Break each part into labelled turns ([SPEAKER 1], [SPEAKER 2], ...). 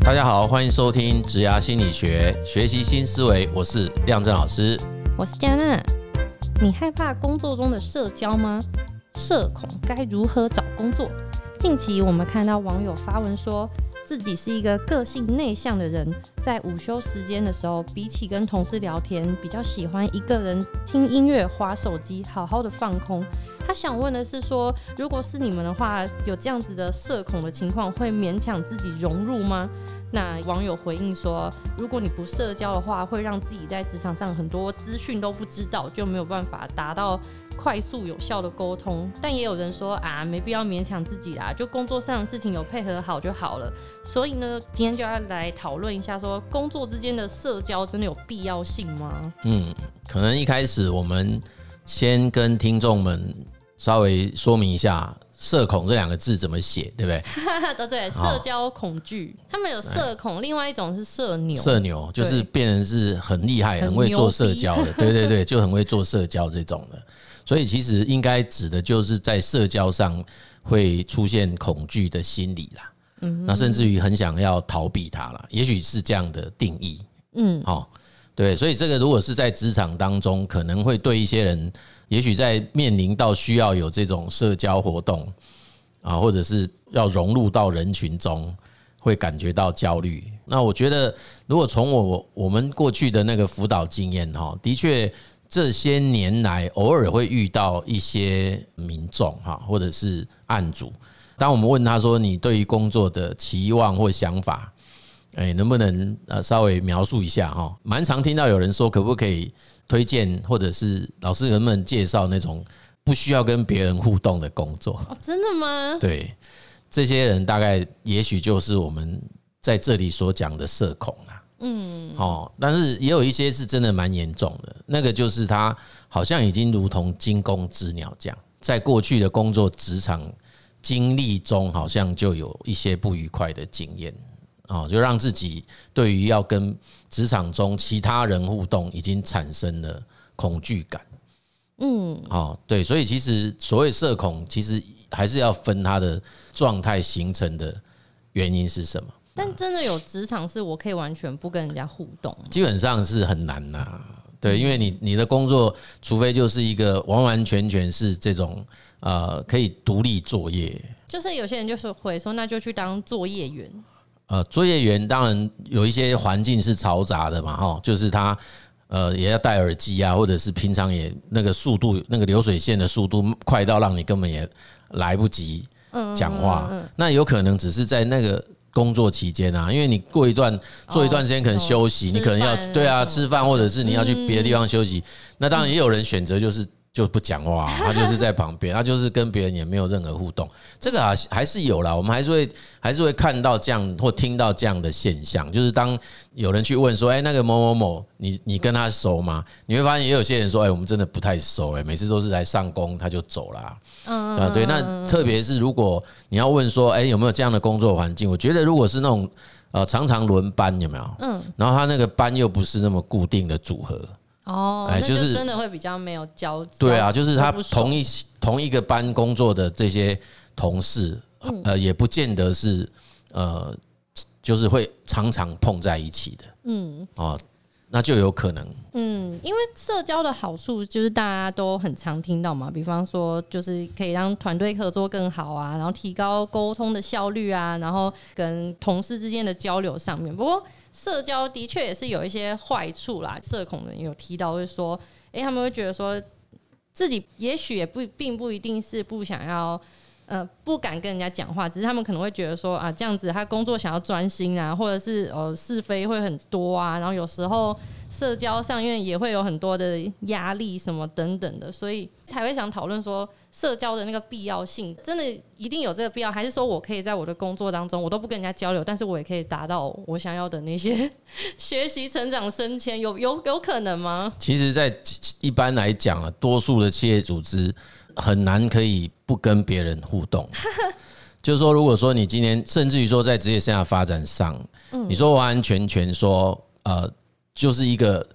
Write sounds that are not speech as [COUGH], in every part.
[SPEAKER 1] 大家好，欢迎收听《植牙心理学》，学习新思维。我是亮正老师。
[SPEAKER 2] 我是佳娜。你害怕工作中的社交吗？社恐该如何找工作？近期我们看到网友发文说，自己是一个个性内向的人，在午休时间的时候，比起跟同事聊天，比较喜欢一个人听音乐、划手机，好好的放空。他想问的是说，如果是你们的话，有这样子的社恐的情况，会勉强自己融入吗？那网友回应说，如果你不社交的话，会让自己在职场上很多资讯都不知道，就没有办法达到快速有效的沟通。但也有人说啊，没必要勉强自己啦，就工作上的事情有配合好就好了。所以呢，今天就要来讨论一下说工作之间的社交真的有必要性吗？ [LAUGHS]
[SPEAKER 1] 嗯，可能一开始我们先跟听众们稍微说明一下“社恐”这两个字怎么写，对不对？
[SPEAKER 2] 啊对对，社交恐惧，他们有社恐，另外一种是社牛。
[SPEAKER 1] 社牛就是变成是很厉害、
[SPEAKER 2] 很
[SPEAKER 1] 很会做
[SPEAKER 2] 牛
[SPEAKER 1] 社
[SPEAKER 2] 逼 [LAUGHS]
[SPEAKER 1] 交的，对对对，就很会做社交这种的。所以其实应该指的就是在社交上会出现恐惧的心理啦，
[SPEAKER 2] 嗯
[SPEAKER 1] 那甚至于很想要逃避它啦，也许是这样的定义。
[SPEAKER 2] 嗯，
[SPEAKER 1] 哦，对，所以这个如果是在职场当中，可能会对一些人，也许在面临到需要有这种社交活动啊，或者是要融入到人群中，会感觉到焦虑。那我觉得，如果从我我们过去的那个辅导经验哈，的确这些年来偶尔会遇到一些民众哈，或者是案主，当我们问他说你对于工作的期望或想法，哎，能不能呃稍微描述一下哈？蛮常听到有人说，可不可以推荐或者是老师能不能介绍那种不需要跟别人互动的工作？
[SPEAKER 2] 哦，真的吗？
[SPEAKER 1] 对，这些人大概也许就是我们在这里所讲的社恐啦。嗯，哦，但是也有一些是真的蛮严重的，那个就是他好像已经如同惊弓之鸟这样，在过去的工作职场经历中，好像就有一些不愉快的经验。哦，就让自己对于要跟职场中其他人互动，已经产生了恐惧感。
[SPEAKER 2] 嗯，
[SPEAKER 1] 哦，对，所以其实所谓社恐，其实还是要分它的状态形成的原因是什么。
[SPEAKER 2] 但真的有职场是我可以完全不跟人家互动。
[SPEAKER 1] 基本上是很难呐、对，因为你你的工作，除非就是一个完完全全是这种呃可以独立作业，
[SPEAKER 2] 就是有些人就是会说，那就去当作业员。
[SPEAKER 1] 呃，作业员当然有一些环境是嘈杂的嘛，哈，就是他呃也要戴耳机啊，或者是平常也那个速度那个流水线的速度快到让你根本也来不及讲话，
[SPEAKER 2] 嗯
[SPEAKER 1] 那有可能只是在那个。工作期间啊，因为你过一段做一段时间可能休息，
[SPEAKER 2] 哦
[SPEAKER 1] 你可能要
[SPEAKER 2] 吃饭啊
[SPEAKER 1] 对啊
[SPEAKER 2] 什么
[SPEAKER 1] 吃饭，或者是你要去别的地
[SPEAKER 2] 嗯
[SPEAKER 1] 方休息。那当然也有人选择就是就不讲
[SPEAKER 2] [LAUGHS]
[SPEAKER 1] 话啊、他就是在旁边，他就是跟别人也没有任何互动。这个啊还是有啦，我们还是会还是会看到这样或听到这样的现象，就是当有人去问说，哎，那个某某某，你你跟他熟吗？你会发现也有些人说，哎，我们真的不太熟，哎，每次都是来上工他就走啦。
[SPEAKER 2] 嗯，
[SPEAKER 1] 啊，对，那特别是如果你要问说，哎，有没有这样的工作环境？我觉得如果是那种呃常常轮班，有没有？嗯，然后他那个班又不是那么固定的组合，
[SPEAKER 2] 哦，
[SPEAKER 1] 哎
[SPEAKER 2] 那
[SPEAKER 1] 就是
[SPEAKER 2] 真的会比较没有交集。
[SPEAKER 1] 对啊，就是他
[SPEAKER 2] 都不熟
[SPEAKER 1] 同一同一个班工作的这些同事，呃，也不见得是呃，就是会常常碰在一起的，嗯，哦，那就有可能，
[SPEAKER 2] 嗯，因为社交的好处就是大家都很常听到嘛，比方说就是可以让团队合作更好啊，然后提高沟通的效率啊，然后跟同事之间的交流上面。不过社交的确也是有一些坏处啦，社恐的人有提到，就是说，诶，他们会觉得说自己也许也不并不一定是不想要。呃，不敢跟人家讲话，只是他们可能会觉得说啊，这样子他工作想要专心啊，或者是呃是非会很多啊，然后有时候社交上，因为也会有很多的压力什么等等的，所以才会想讨论说社交的那个必要性，真的一定有这个必要，还是说我可以在我的工作当中，我都不跟人家交流，但是我也可以达到我想要的那些 [LAUGHS] 学习、成长、升迁，有有有可能吗？
[SPEAKER 1] 其实，在一般来讲啊，多数的企业组织很难可以不跟别人互
[SPEAKER 2] [LAUGHS]
[SPEAKER 1] 动。就是说，如果说你今天，甚至于说在职业生涯发展上，
[SPEAKER 2] 嗯
[SPEAKER 1] 你说完完全全说，呃，就是一个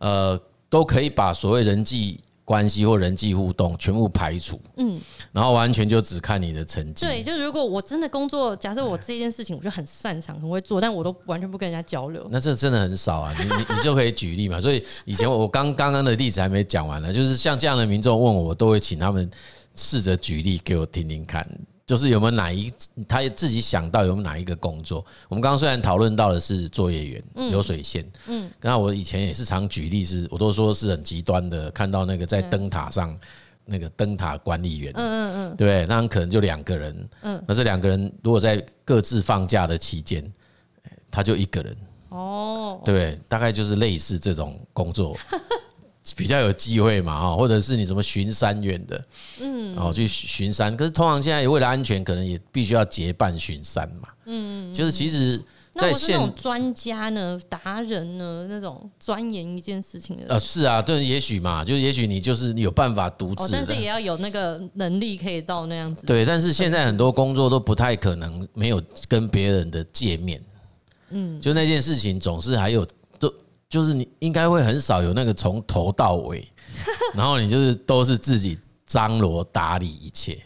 [SPEAKER 1] 呃，都可以把所谓人际关系或人际互动全部排除，
[SPEAKER 2] 嗯，
[SPEAKER 1] 然后完全就只看你的成绩。
[SPEAKER 2] 对，就是如果我真的工作，假设我这件事情我就很擅长、很会做，但我都完全不跟人家交流。
[SPEAKER 1] 那这真的很少啊，你你你就可以举例嘛。所以以前我刚刚刚的例子还没讲完呢，就是像这样的民众问我，我都会请他们试着举例给我听听看，就是有没有哪一他自己想到有没有哪一个工作。我们刚刚虽然讨论到的是作业员、流水线，嗯，那我以前也是常举例是，我都说是很极端的，看到那个在灯塔上。那个灯塔管理员，嗯嗯嗯嗯，对不对？那可能就两个人，嗯，那这两个人如果在各自放假的期间，哎他就一个人，
[SPEAKER 2] 哦，
[SPEAKER 1] 对，大概就是类似这种工
[SPEAKER 2] [LAUGHS]
[SPEAKER 1] 作比较有机会嘛，哦哈，或者是你什么巡山员的，嗯，哦，去巡山。可是通常现在为了安全，可能也必须要结伴巡山嘛，嗯，就是其实，
[SPEAKER 2] 那
[SPEAKER 1] 在
[SPEAKER 2] 我是
[SPEAKER 1] 现
[SPEAKER 2] 那种专家呢、达人呢，那种钻研一件事情的人。
[SPEAKER 1] 呃是啊，对，也许嘛，就是也许你就是有办法独
[SPEAKER 2] 哦，
[SPEAKER 1] 自
[SPEAKER 2] 但是
[SPEAKER 1] 的。
[SPEAKER 2] 也要有那个能力可以到那样子。
[SPEAKER 1] 对，但是现在很多工作都不太可能没有跟别人的界面，嗯，就那件事情总是还有都就是你应该会很少有那个从头到尾，然后你就是都是自己张罗打理一切，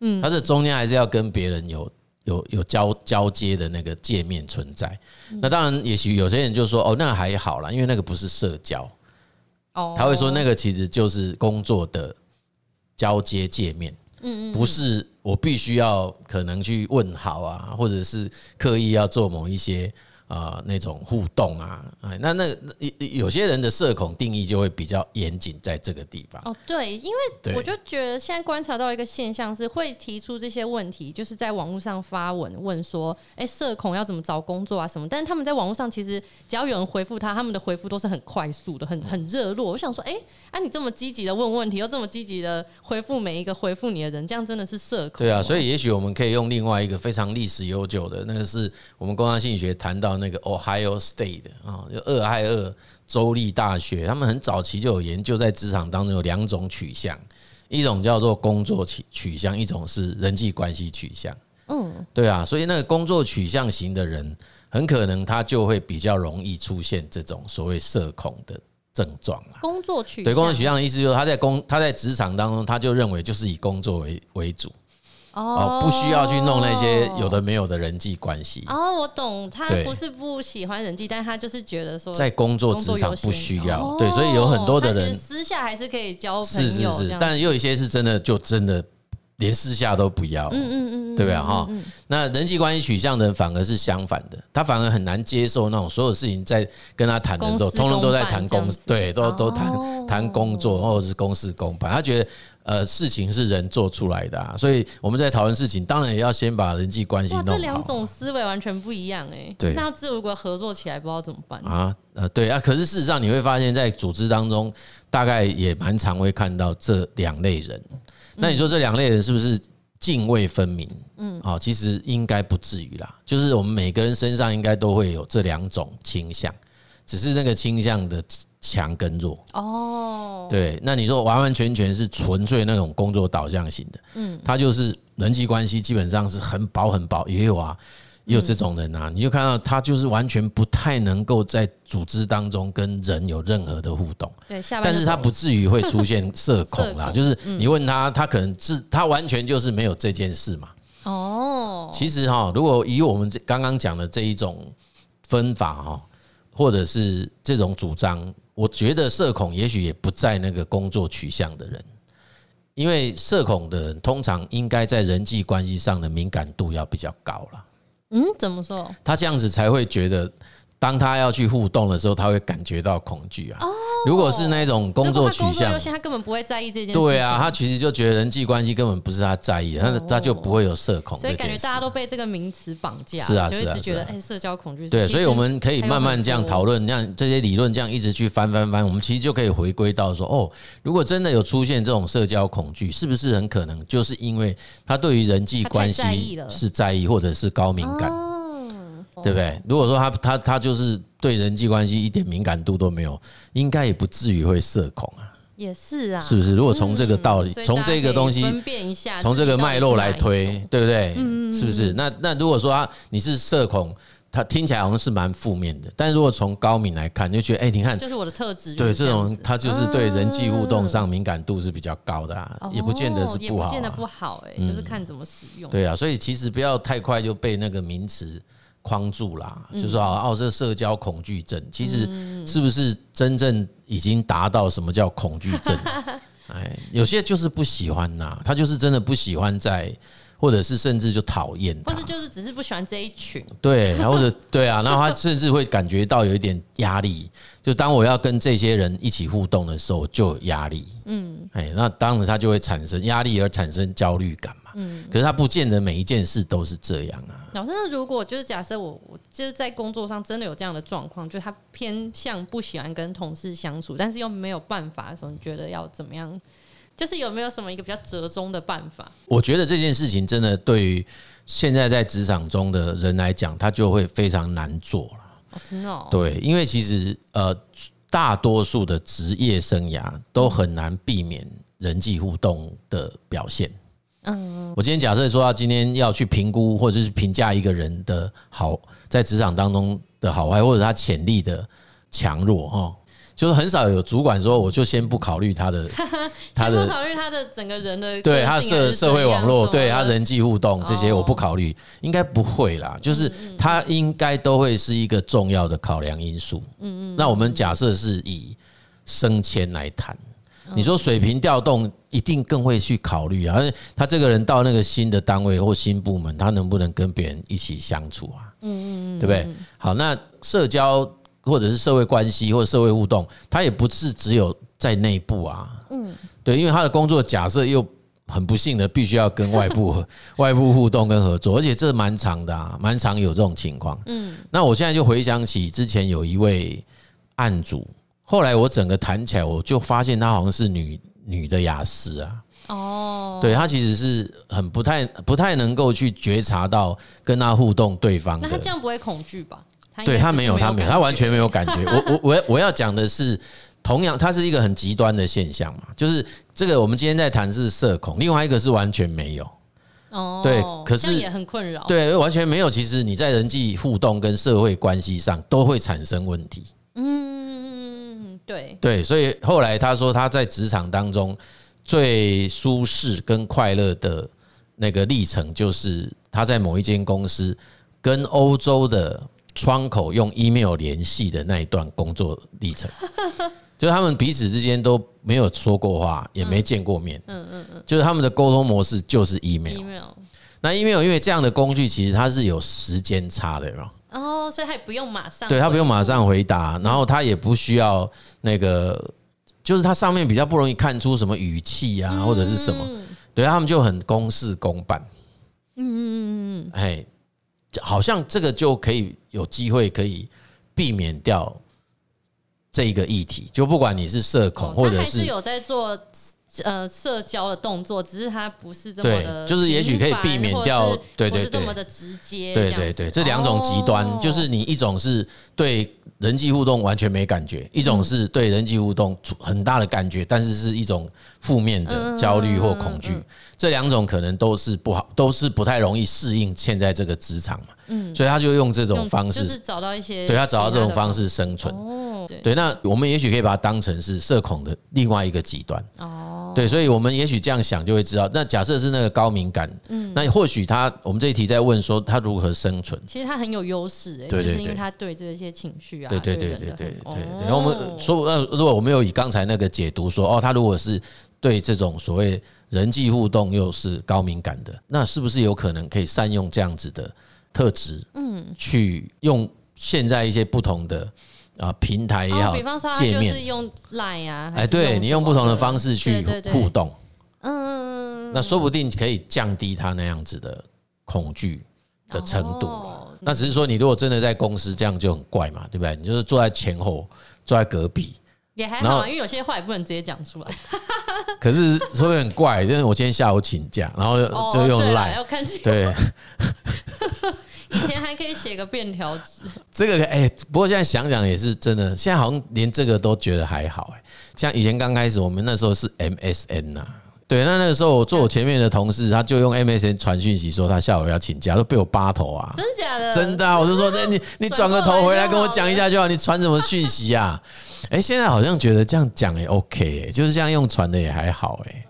[SPEAKER 1] 嗯，它这中间还是要跟别人有。有有交交接的那个界面存在，那当然，也许有些人就说哦，那个还好啦，因为那个不是社交，
[SPEAKER 2] 哦，
[SPEAKER 1] 他会说那个其实就是工作的交接界面，嗯不是我必须要可能去问好啊，或者是刻意要做某一些啊、呃那种互动啊，哎，那那个有有些人的社恐定义就会比较严谨在这个地方，
[SPEAKER 2] 哦，对，因
[SPEAKER 1] 对
[SPEAKER 2] 为我就觉得现在观察到一个现象是，会提出这些问题，就是在网络上发文问说，哎、社恐要怎么找工作啊什么？但是他们在网络上其实只要有人回复他，他们的回复都是很快速的，
[SPEAKER 1] 嗯
[SPEAKER 2] 很很热络。我想说，哎、啊，你这么积极的问问题，又这么积极的回复每一个回复你的人，这样真的是社恐？
[SPEAKER 1] 对啊，所以也许我们可以用另外一个非常历史悠久的，那个是我们工商心理学谈到那个 Ohio State 的啊，就俄亥俄州立大学，他们很早期就有研究，在职场当中有两种取向，一种叫做工作取取向，一种是人际关系取向。嗯，对啊，所以那个工作取向型的人，很可能他就会比较容易出现这种所谓社恐的症状啊。
[SPEAKER 2] 工作取
[SPEAKER 1] 对，工作取
[SPEAKER 2] 向
[SPEAKER 1] 向的意思就是他在工他在职场当中，他就认为就是以工作为为主。哦，不需要去弄那些有。的没有的人际关系，
[SPEAKER 2] 哦，我懂，他
[SPEAKER 1] 对
[SPEAKER 2] 不是不喜欢人际，但他就是觉得说
[SPEAKER 1] 在工作
[SPEAKER 2] 工
[SPEAKER 1] 职
[SPEAKER 2] 作
[SPEAKER 1] 场
[SPEAKER 2] 优先
[SPEAKER 1] 不需要
[SPEAKER 2] 哦，
[SPEAKER 1] 对，所以有很多的
[SPEAKER 2] 他其
[SPEAKER 1] 人
[SPEAKER 2] 实私下还是可以交朋
[SPEAKER 1] 是
[SPEAKER 2] 友，
[SPEAKER 1] 是
[SPEAKER 2] 这
[SPEAKER 1] 是
[SPEAKER 2] 样，
[SPEAKER 1] 但也有一些是真的就真的连私下都不要，嗯嗯嗯，对吧？哈，那人际关系取向的人反而是相反的，他反而很难接受那种所有事情在跟他谈的时候，
[SPEAKER 2] 公事
[SPEAKER 1] 通通都在谈公
[SPEAKER 2] 公办这样子，
[SPEAKER 1] 对，都都
[SPEAKER 2] 哦
[SPEAKER 1] 谈谈工作或者是公事公办，他觉得。呃，事情是人做出来的、啊，所以我们在讨论事情，当然也要先把人际关系
[SPEAKER 2] 哇，
[SPEAKER 1] 弄好。
[SPEAKER 2] 这两种思维完全不一样哎、
[SPEAKER 1] 对
[SPEAKER 2] 那这如果合作起来，不知道怎么办。
[SPEAKER 1] 啊，呃，对啊，可是事实上你会发现在组织当中，大概也蛮常会看到这两类人。那你说这两类人是不是泾渭分明？嗯，哦，其实应该不至于啦，就是我们每个人身上应该都会有这两种倾向，只是那个倾向的强跟弱。
[SPEAKER 2] 哦，
[SPEAKER 1] 对，那你说完完全全是纯粹那种工作导向型的，嗯，他就是人际关系基本上是很薄很薄，也有啊，也有这种人
[SPEAKER 2] 嗯
[SPEAKER 1] 啊，你就看到他就是完全不太能够在组织当中跟人有任何的互动，
[SPEAKER 2] 对，下班
[SPEAKER 1] 但
[SPEAKER 2] 就走
[SPEAKER 1] 是
[SPEAKER 2] 了。
[SPEAKER 1] 他不至于会出现社恐啦，
[SPEAKER 2] [LAUGHS] 社恐嗯
[SPEAKER 1] 就是你问他，他可能是他完全就是没有这件事嘛，
[SPEAKER 2] 哦，
[SPEAKER 1] 其实哈、如果以我们这刚刚讲的这一种分法哈、或者是这种主张，我觉得社恐也许也不在那个工作取向的人，因为社恐的人通常应该在人际关系上的敏感度要比较高啦，
[SPEAKER 2] 嗯，怎么说？
[SPEAKER 1] 他这样子才会觉得。当他要去互动的时候，他会感觉到恐惧啊。如果是那种工作
[SPEAKER 2] 如果哦他
[SPEAKER 1] 取
[SPEAKER 2] 工作
[SPEAKER 1] 向
[SPEAKER 2] 优，先，他根本不会在意这件事情。
[SPEAKER 1] 对啊，他其实就觉得人际关系根本不是他在意的，他他就不会有社恐
[SPEAKER 2] 所
[SPEAKER 1] 这
[SPEAKER 2] 以
[SPEAKER 1] 件事。
[SPEAKER 2] 感觉大家都被这个名词绑架，
[SPEAKER 1] 是啊
[SPEAKER 2] 就是
[SPEAKER 1] 啊
[SPEAKER 2] 一直觉得
[SPEAKER 1] 是啊
[SPEAKER 2] 哎、社交恐惧是。
[SPEAKER 1] 对，
[SPEAKER 2] 其实
[SPEAKER 1] 所以我们可以
[SPEAKER 2] 还有
[SPEAKER 1] 慢慢
[SPEAKER 2] 很
[SPEAKER 1] 这样
[SPEAKER 2] 多
[SPEAKER 1] 讨论，让这些理论这样一直去翻翻翻，我们其实就可以回归到说，哦，如果真的有出现这种社交恐惧，是不是很可能就是因为他对于人际
[SPEAKER 2] 他太
[SPEAKER 1] 关
[SPEAKER 2] 在意
[SPEAKER 1] 系
[SPEAKER 2] 了
[SPEAKER 1] 是在意或者是高敏感，
[SPEAKER 2] 哦
[SPEAKER 1] 对不对？如果说他他他就是对人际关系一点敏感度都没有，应该也不至于会社恐啊，
[SPEAKER 2] 也是啊，
[SPEAKER 1] 是不是？如果从这个道理，
[SPEAKER 2] 所以
[SPEAKER 1] 从
[SPEAKER 2] 大家
[SPEAKER 1] 这个
[SPEAKER 2] 可以
[SPEAKER 1] 东西
[SPEAKER 2] 分辨一下，
[SPEAKER 1] 从这个脉络来
[SPEAKER 2] 自己到底是哪一
[SPEAKER 1] 推
[SPEAKER 2] 种，嗯
[SPEAKER 1] 啊对不对？是不是？那那如果说他你是社恐，它听起来好像是蛮负面的，但如果从高敏来看，就觉得哎、你看，
[SPEAKER 2] 就是我的特质就是
[SPEAKER 1] 对
[SPEAKER 2] 这
[SPEAKER 1] 这
[SPEAKER 2] 样
[SPEAKER 1] 种
[SPEAKER 2] 子。嗯
[SPEAKER 1] 他就是对人际互动上敏感度是比较高的、啊
[SPEAKER 2] 哦，
[SPEAKER 1] 也不见得是
[SPEAKER 2] 也
[SPEAKER 1] 不好、
[SPEAKER 2] 见得
[SPEAKER 1] 啊
[SPEAKER 2] 不。好哎、就是看怎么使用。
[SPEAKER 1] 对啊，所以其实不要太快就被那个名词框住啦，
[SPEAKER 2] 嗯
[SPEAKER 1] 就说啊哦，这社交恐惧症，其实是不是真正已经达到什么叫恐惧
[SPEAKER 2] [LAUGHS]
[SPEAKER 1] 症？哎，有些就是不喜欢呐、他就是真的不喜欢在，或者是甚至就讨厌
[SPEAKER 2] 或
[SPEAKER 1] 它，
[SPEAKER 2] 是就是只是不喜欢这一群，
[SPEAKER 1] 对，然后或者对啊，然后他甚至会感觉到有一点压力，就当我要跟这些人一起互动的时候，就有压力。嗯，哎，那当然他就会产生压力而产生焦虑感嘛。嗯，可是他不见得每一件事都是这样啊。
[SPEAKER 2] 老师，那如果就是假设我我就是在工作上真的有这样的状况，就是他偏向不喜欢跟同事相处，但是又没有办法的时候，你觉得要怎么样？就是有没有什么一个比较折中的办法？
[SPEAKER 1] 我觉得这件事情真的对于现在在职场中的人来讲，他就会非常难做了。
[SPEAKER 2] 哦，真的、哦，
[SPEAKER 1] 对，因为其实呃，大多数的职业生涯都很难避免人际互动的表现。嗯，我今天假设说，今天要去评估或者是评价一个人的好，在职场当中的好坏，或者他潜力的强弱，哈，就是很少有主管说，我就先不考虑他的他
[SPEAKER 2] 先不
[SPEAKER 1] 的
[SPEAKER 2] 考虑他的整个人的
[SPEAKER 1] 对
[SPEAKER 2] 个
[SPEAKER 1] 他的
[SPEAKER 2] 性还
[SPEAKER 1] 社
[SPEAKER 2] 是
[SPEAKER 1] 社会
[SPEAKER 2] 怎
[SPEAKER 1] 网
[SPEAKER 2] 样
[SPEAKER 1] 络，
[SPEAKER 2] 什么
[SPEAKER 1] 对
[SPEAKER 2] 的
[SPEAKER 1] 他人际互动这些，
[SPEAKER 2] 哦
[SPEAKER 1] 我不考虑，应该不会啦。就是他应该都会是一个重要的考量因素。嗯嗯。那我们假设是以升迁来谈，你说水平调动一定更会去考虑啊，而且他这个人到那个新的单位或新部门，他能不能跟别人一起相处啊？嗯嗯，对不对？好，那社交或者是社会关系或者社会互动，他也不是只有在内部啊。嗯，对，因为他的工作假设又很不幸的必须要跟外
[SPEAKER 2] [LAUGHS]
[SPEAKER 1] 部外部互动跟合作，而且这蛮长的啊，蛮常有这种情况。嗯，那我现在就回想起之前有一位案主，后来我整个谈起来，我就发现她好像是女女的雅思啊，
[SPEAKER 2] 哦，
[SPEAKER 1] 对她其实是很不太不太能够去觉察到跟她互动对方
[SPEAKER 2] 那
[SPEAKER 1] 的，
[SPEAKER 2] 他这样不会恐惧吧？他应
[SPEAKER 1] 对
[SPEAKER 2] 该
[SPEAKER 1] 他
[SPEAKER 2] 就是
[SPEAKER 1] 没有，他没有，
[SPEAKER 2] 感
[SPEAKER 1] 他完
[SPEAKER 2] 觉
[SPEAKER 1] 全没有感觉。我我我我要讲的是，同样，它是一个很极端的现象嘛，就是这个我们今天在谈是社恐，另外一个是完全没有。
[SPEAKER 2] 哦，
[SPEAKER 1] 对可
[SPEAKER 2] 这
[SPEAKER 1] 是
[SPEAKER 2] 样也很困扰，
[SPEAKER 1] 对，完全没有。其实你在人际互动跟社会关系上都会产生问题。
[SPEAKER 2] 嗯，对，
[SPEAKER 1] 对，所以后来他说他在职场当中最舒适跟快乐的那个历程，就是他在某一间公司跟欧洲的窗口用 email 联系的那一段工作历程， [LAUGHS] 就是他们彼此之间都没有说过话，也没见过面，嗯嗯嗯，就是他们的沟通模式就是 email。
[SPEAKER 2] email
[SPEAKER 1] 那 email 因为这样的工具其实它是有时间差的，有没有
[SPEAKER 2] 哦，所以他也不用马上，
[SPEAKER 1] 对他不用马，上回嗯答，然后他也不需要那个，就是他上面比较不容易看出什么语气啊，或者是什么，对他们就很公事公办。嗯嗯嗯嗯，哎，好像这个就可以有机会可以避免掉这一个议题，就不管你是社恐
[SPEAKER 2] 哦
[SPEAKER 1] 或
[SPEAKER 2] 他
[SPEAKER 1] 者
[SPEAKER 2] 还是
[SPEAKER 1] 是。
[SPEAKER 2] 有在做。呃，社交的动作，只是他不是这么
[SPEAKER 1] 对
[SPEAKER 2] 的频繁，
[SPEAKER 1] 就是也许可以避免掉
[SPEAKER 2] 或是
[SPEAKER 1] 对对
[SPEAKER 2] 不是这
[SPEAKER 1] 对
[SPEAKER 2] 么的直接这
[SPEAKER 1] 对
[SPEAKER 2] 样子，
[SPEAKER 1] 对对，这两种极端、
[SPEAKER 2] 哦
[SPEAKER 1] 就是你一种是对人际互动完全没感觉，一
[SPEAKER 2] 嗯
[SPEAKER 1] 种是对人际互动出很大的感觉，但是是一种负面的
[SPEAKER 2] 嗯
[SPEAKER 1] 焦虑或恐惧。这两种可能都是不好，都是不太容易适应现在这个职场嘛。嗯，所以他就用这种
[SPEAKER 2] 用
[SPEAKER 1] 方
[SPEAKER 2] 就是
[SPEAKER 1] 式，
[SPEAKER 2] 找到一些
[SPEAKER 1] 对他找到这种
[SPEAKER 2] 其
[SPEAKER 1] 方
[SPEAKER 2] 的
[SPEAKER 1] 式生存。
[SPEAKER 2] 哦，对
[SPEAKER 1] 对，那我们也许可以把它当成是社恐的另外一个极端。
[SPEAKER 2] 哦，
[SPEAKER 1] 对，所以我们也许这样想就会知道，那假设是那个高敏感，嗯，那或许他我们这一题在问说他如何生存。
[SPEAKER 2] 其实他很有优势，哎，就
[SPEAKER 1] 对对
[SPEAKER 2] 是因为
[SPEAKER 1] 对
[SPEAKER 2] 他对这些情绪啊，
[SPEAKER 1] 对对对
[SPEAKER 2] 人
[SPEAKER 1] 对
[SPEAKER 2] 的
[SPEAKER 1] 对对
[SPEAKER 2] 很
[SPEAKER 1] 对。
[SPEAKER 2] 哦
[SPEAKER 1] 然后我们说，呃，如果我们有以刚才那个解读说，哦，他如果是对这种所谓人际互动又是高敏感的，那是不是有可能可以善用这样子的特质，嗯，去用现在一些不同的啊平台也
[SPEAKER 2] 哦
[SPEAKER 1] 好
[SPEAKER 2] 比方说，他
[SPEAKER 1] 界
[SPEAKER 2] 就是
[SPEAKER 1] 面，
[SPEAKER 2] 用 Line 啊，
[SPEAKER 1] 哎，
[SPEAKER 2] 还是
[SPEAKER 1] 对你
[SPEAKER 2] 什
[SPEAKER 1] 用
[SPEAKER 2] 么
[SPEAKER 1] 不同的方式去
[SPEAKER 2] 对对对
[SPEAKER 1] 互动，
[SPEAKER 2] 嗯，
[SPEAKER 1] 那说不定可以降低他那样子的恐惧的程度啦
[SPEAKER 2] 哦
[SPEAKER 1] 那只是说，你如果真的在公司这样就很怪嘛，对不对？你就是坐在前后，坐在隔
[SPEAKER 2] [LAUGHS]
[SPEAKER 1] 壁，
[SPEAKER 2] 也还
[SPEAKER 1] 然
[SPEAKER 2] 好
[SPEAKER 1] 后
[SPEAKER 2] 啊，因为有些话也不能直接讲出来。
[SPEAKER 1] 可是会不会很怪？因为我今天下午请假，然后
[SPEAKER 2] 哦，
[SPEAKER 1] 就用
[SPEAKER 2] 对啦
[SPEAKER 1] Line。
[SPEAKER 2] 要
[SPEAKER 1] [LAUGHS]
[SPEAKER 2] 看清。
[SPEAKER 1] 对，
[SPEAKER 2] 以前还可以写个便
[SPEAKER 1] [LAUGHS]
[SPEAKER 2] 条纸，
[SPEAKER 1] 这个哎、不过现在想想也是真的，现在好像连这个都觉得还好哎、像以前刚开始我们那时候是 MSN 呐、对，那那个时候我坐我前面的同事，他就用 MSN 传讯息说他下午要请假，都被我扒头啊，
[SPEAKER 2] 真假的？
[SPEAKER 1] 真的、啊，我就
[SPEAKER 2] 嗯
[SPEAKER 1] 说那你你转个头回来跟我讲一下就好，你传什么讯息啊？哎，现在好像觉得这样讲也 OK，欸就是这样用传的也还好，哎，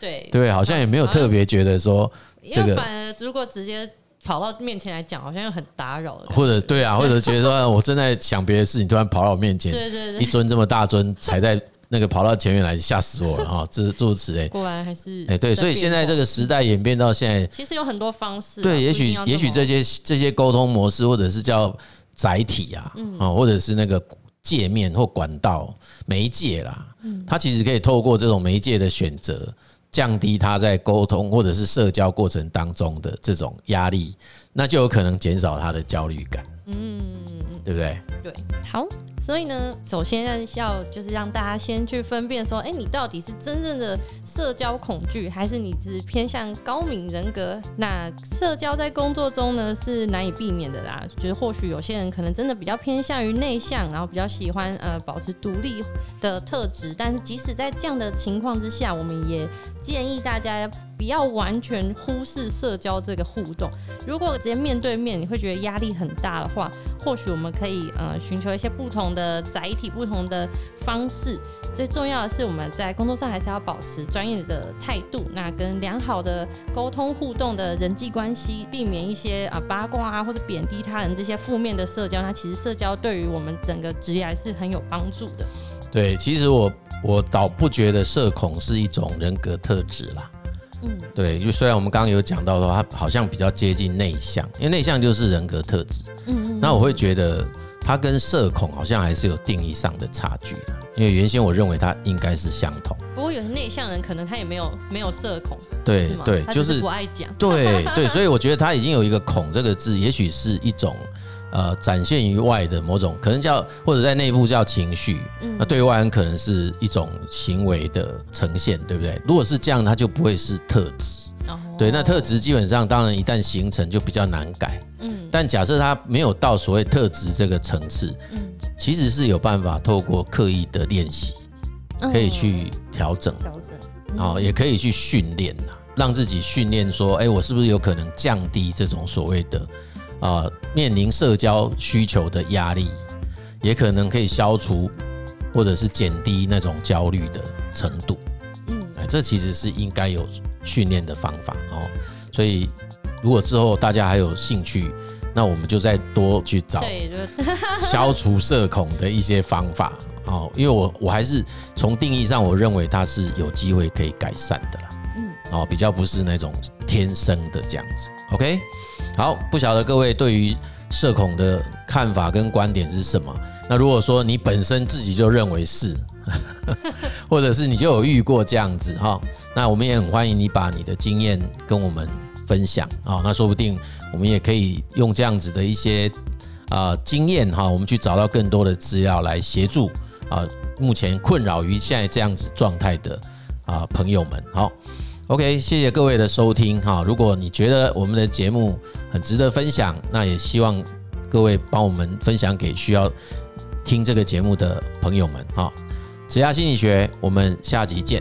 [SPEAKER 2] 对
[SPEAKER 1] 对，好像也没
[SPEAKER 2] 啊
[SPEAKER 1] 有特别觉得说这
[SPEAKER 2] 因为
[SPEAKER 1] 个
[SPEAKER 2] 反而如果直接跑到面前来讲，好像又很打扰了。
[SPEAKER 1] 或者对啊，或者觉得说我正在想别的事情，突然跑到我面前，
[SPEAKER 2] 对对
[SPEAKER 1] 一
[SPEAKER 2] 对，
[SPEAKER 1] 尊这么大尊踩在那个跑到前面来，吓死我了哈！这诸如此类，
[SPEAKER 2] 果然还是
[SPEAKER 1] 哎，对，
[SPEAKER 2] 在
[SPEAKER 1] 所以
[SPEAKER 2] 变
[SPEAKER 1] 现在
[SPEAKER 2] 化
[SPEAKER 1] 这个时代演变到现在，
[SPEAKER 2] 其实有很多方式啊、
[SPEAKER 1] 对，也
[SPEAKER 2] 不一
[SPEAKER 1] 许
[SPEAKER 2] 定要
[SPEAKER 1] 也许
[SPEAKER 2] 么
[SPEAKER 1] 这些这些沟通模式，或者是叫载体啊，
[SPEAKER 2] 嗯
[SPEAKER 1] 啊，或者是那个界面或管道媒介啦，
[SPEAKER 2] 嗯
[SPEAKER 1] 它其实可以透过这种媒介的选择，降低它在沟通或者是社交过程当中的这种压力，那就有可能减少他的焦虑感，嗯，对不对？
[SPEAKER 2] 对，好，所以呢，首先要就是让大家先去分辨说，哎、你到底是真正的社交恐惧，还是你只是偏向高敏人格？那社交在工作中呢是难以避免的啦，就是或许有些人可能真的比较偏向于内向，然后比较喜欢呃保持独立的特质，但是即使在这样的情况之下，我们也建议大家不要完全忽视社交这个互动。如果直接面对面，你会觉得压力很大的话，或许我们可以呃寻求一些不同的载体、不同的方式。最重要的是，我们在工作上还是要保持专业的态度，那跟良好的沟通互动的人际关系，避免一些啊、八卦啊或者贬低他人这些负面的社交。那其实社交对于我们整个职业还是很有帮助的。
[SPEAKER 1] 对，其实我我倒不觉得社恐是一种人格特质啦。
[SPEAKER 2] 嗯，
[SPEAKER 1] 对，就虽然我们刚刚有讲到说，他好像比较接近内向，因为内向就是人格特质。
[SPEAKER 2] 嗯
[SPEAKER 1] 那我会觉得他跟社恐好像还是有定义上的差距的，因为原先我认为他应该是相同。
[SPEAKER 2] 不过有些内向人可能他也没有没有社恐，
[SPEAKER 1] 对
[SPEAKER 2] 是吗？
[SPEAKER 1] 对，
[SPEAKER 2] 他
[SPEAKER 1] 就
[SPEAKER 2] 只
[SPEAKER 1] 是
[SPEAKER 2] 不爱讲。 [LAUGHS]
[SPEAKER 1] 对对，所以我觉得他已经有一个“恐”这个字，也许是一种呃展现于外的某种，可能叫或者在内部叫情绪，
[SPEAKER 2] 嗯
[SPEAKER 1] 那对外很可能是一种行为的呈现，对不对？如果是这样，它就不会是特质。
[SPEAKER 2] 哦
[SPEAKER 1] 对，那特质基本上当然一旦形成就比较难改，
[SPEAKER 2] 嗯
[SPEAKER 1] 但假设它没有到所谓特质这个层次，
[SPEAKER 2] 嗯，
[SPEAKER 1] 其实是有办法透过刻意的练习
[SPEAKER 2] 哦
[SPEAKER 1] 可以去调整，
[SPEAKER 2] 调整。
[SPEAKER 1] 哦，也可以去训练呐，让自己训练说，哎，我是不是有可能降低这种所谓的啊、呃面临社交需求的压力，也可能可以消除或者是减低那种焦虑的程度。
[SPEAKER 2] 嗯，
[SPEAKER 1] 哎，这其实是应该有训练的方法哦。所以，如果之后大家还有兴趣，那我们就再多去找
[SPEAKER 2] 对，就
[SPEAKER 1] 消除社恐的一些方法哦，因为我我还是从定义上，我认为它是有机会可以改善的啦。嗯，哦，比较不是那种天生的这样子。OK，好，不晓得各位对于社恐的看法跟观点是什么？那如果说你本身自己就认为是， [LAUGHS] 或者是你就有遇过这样子哈、那我们也很欢迎你把你的经验跟我们分享啊、那说不定我们也可以用这样子的一些啊、经验哈、我们去找到更多的资料来协助啊、目前困扰于现在这样子状态的啊、朋友们。好，OK，谢谢各位的收听哈、如果你觉得我们的节目很值得分享，那也希望各位帮我们分享给需要听这个节目的朋友们哈。职涯心理学，我们下集见，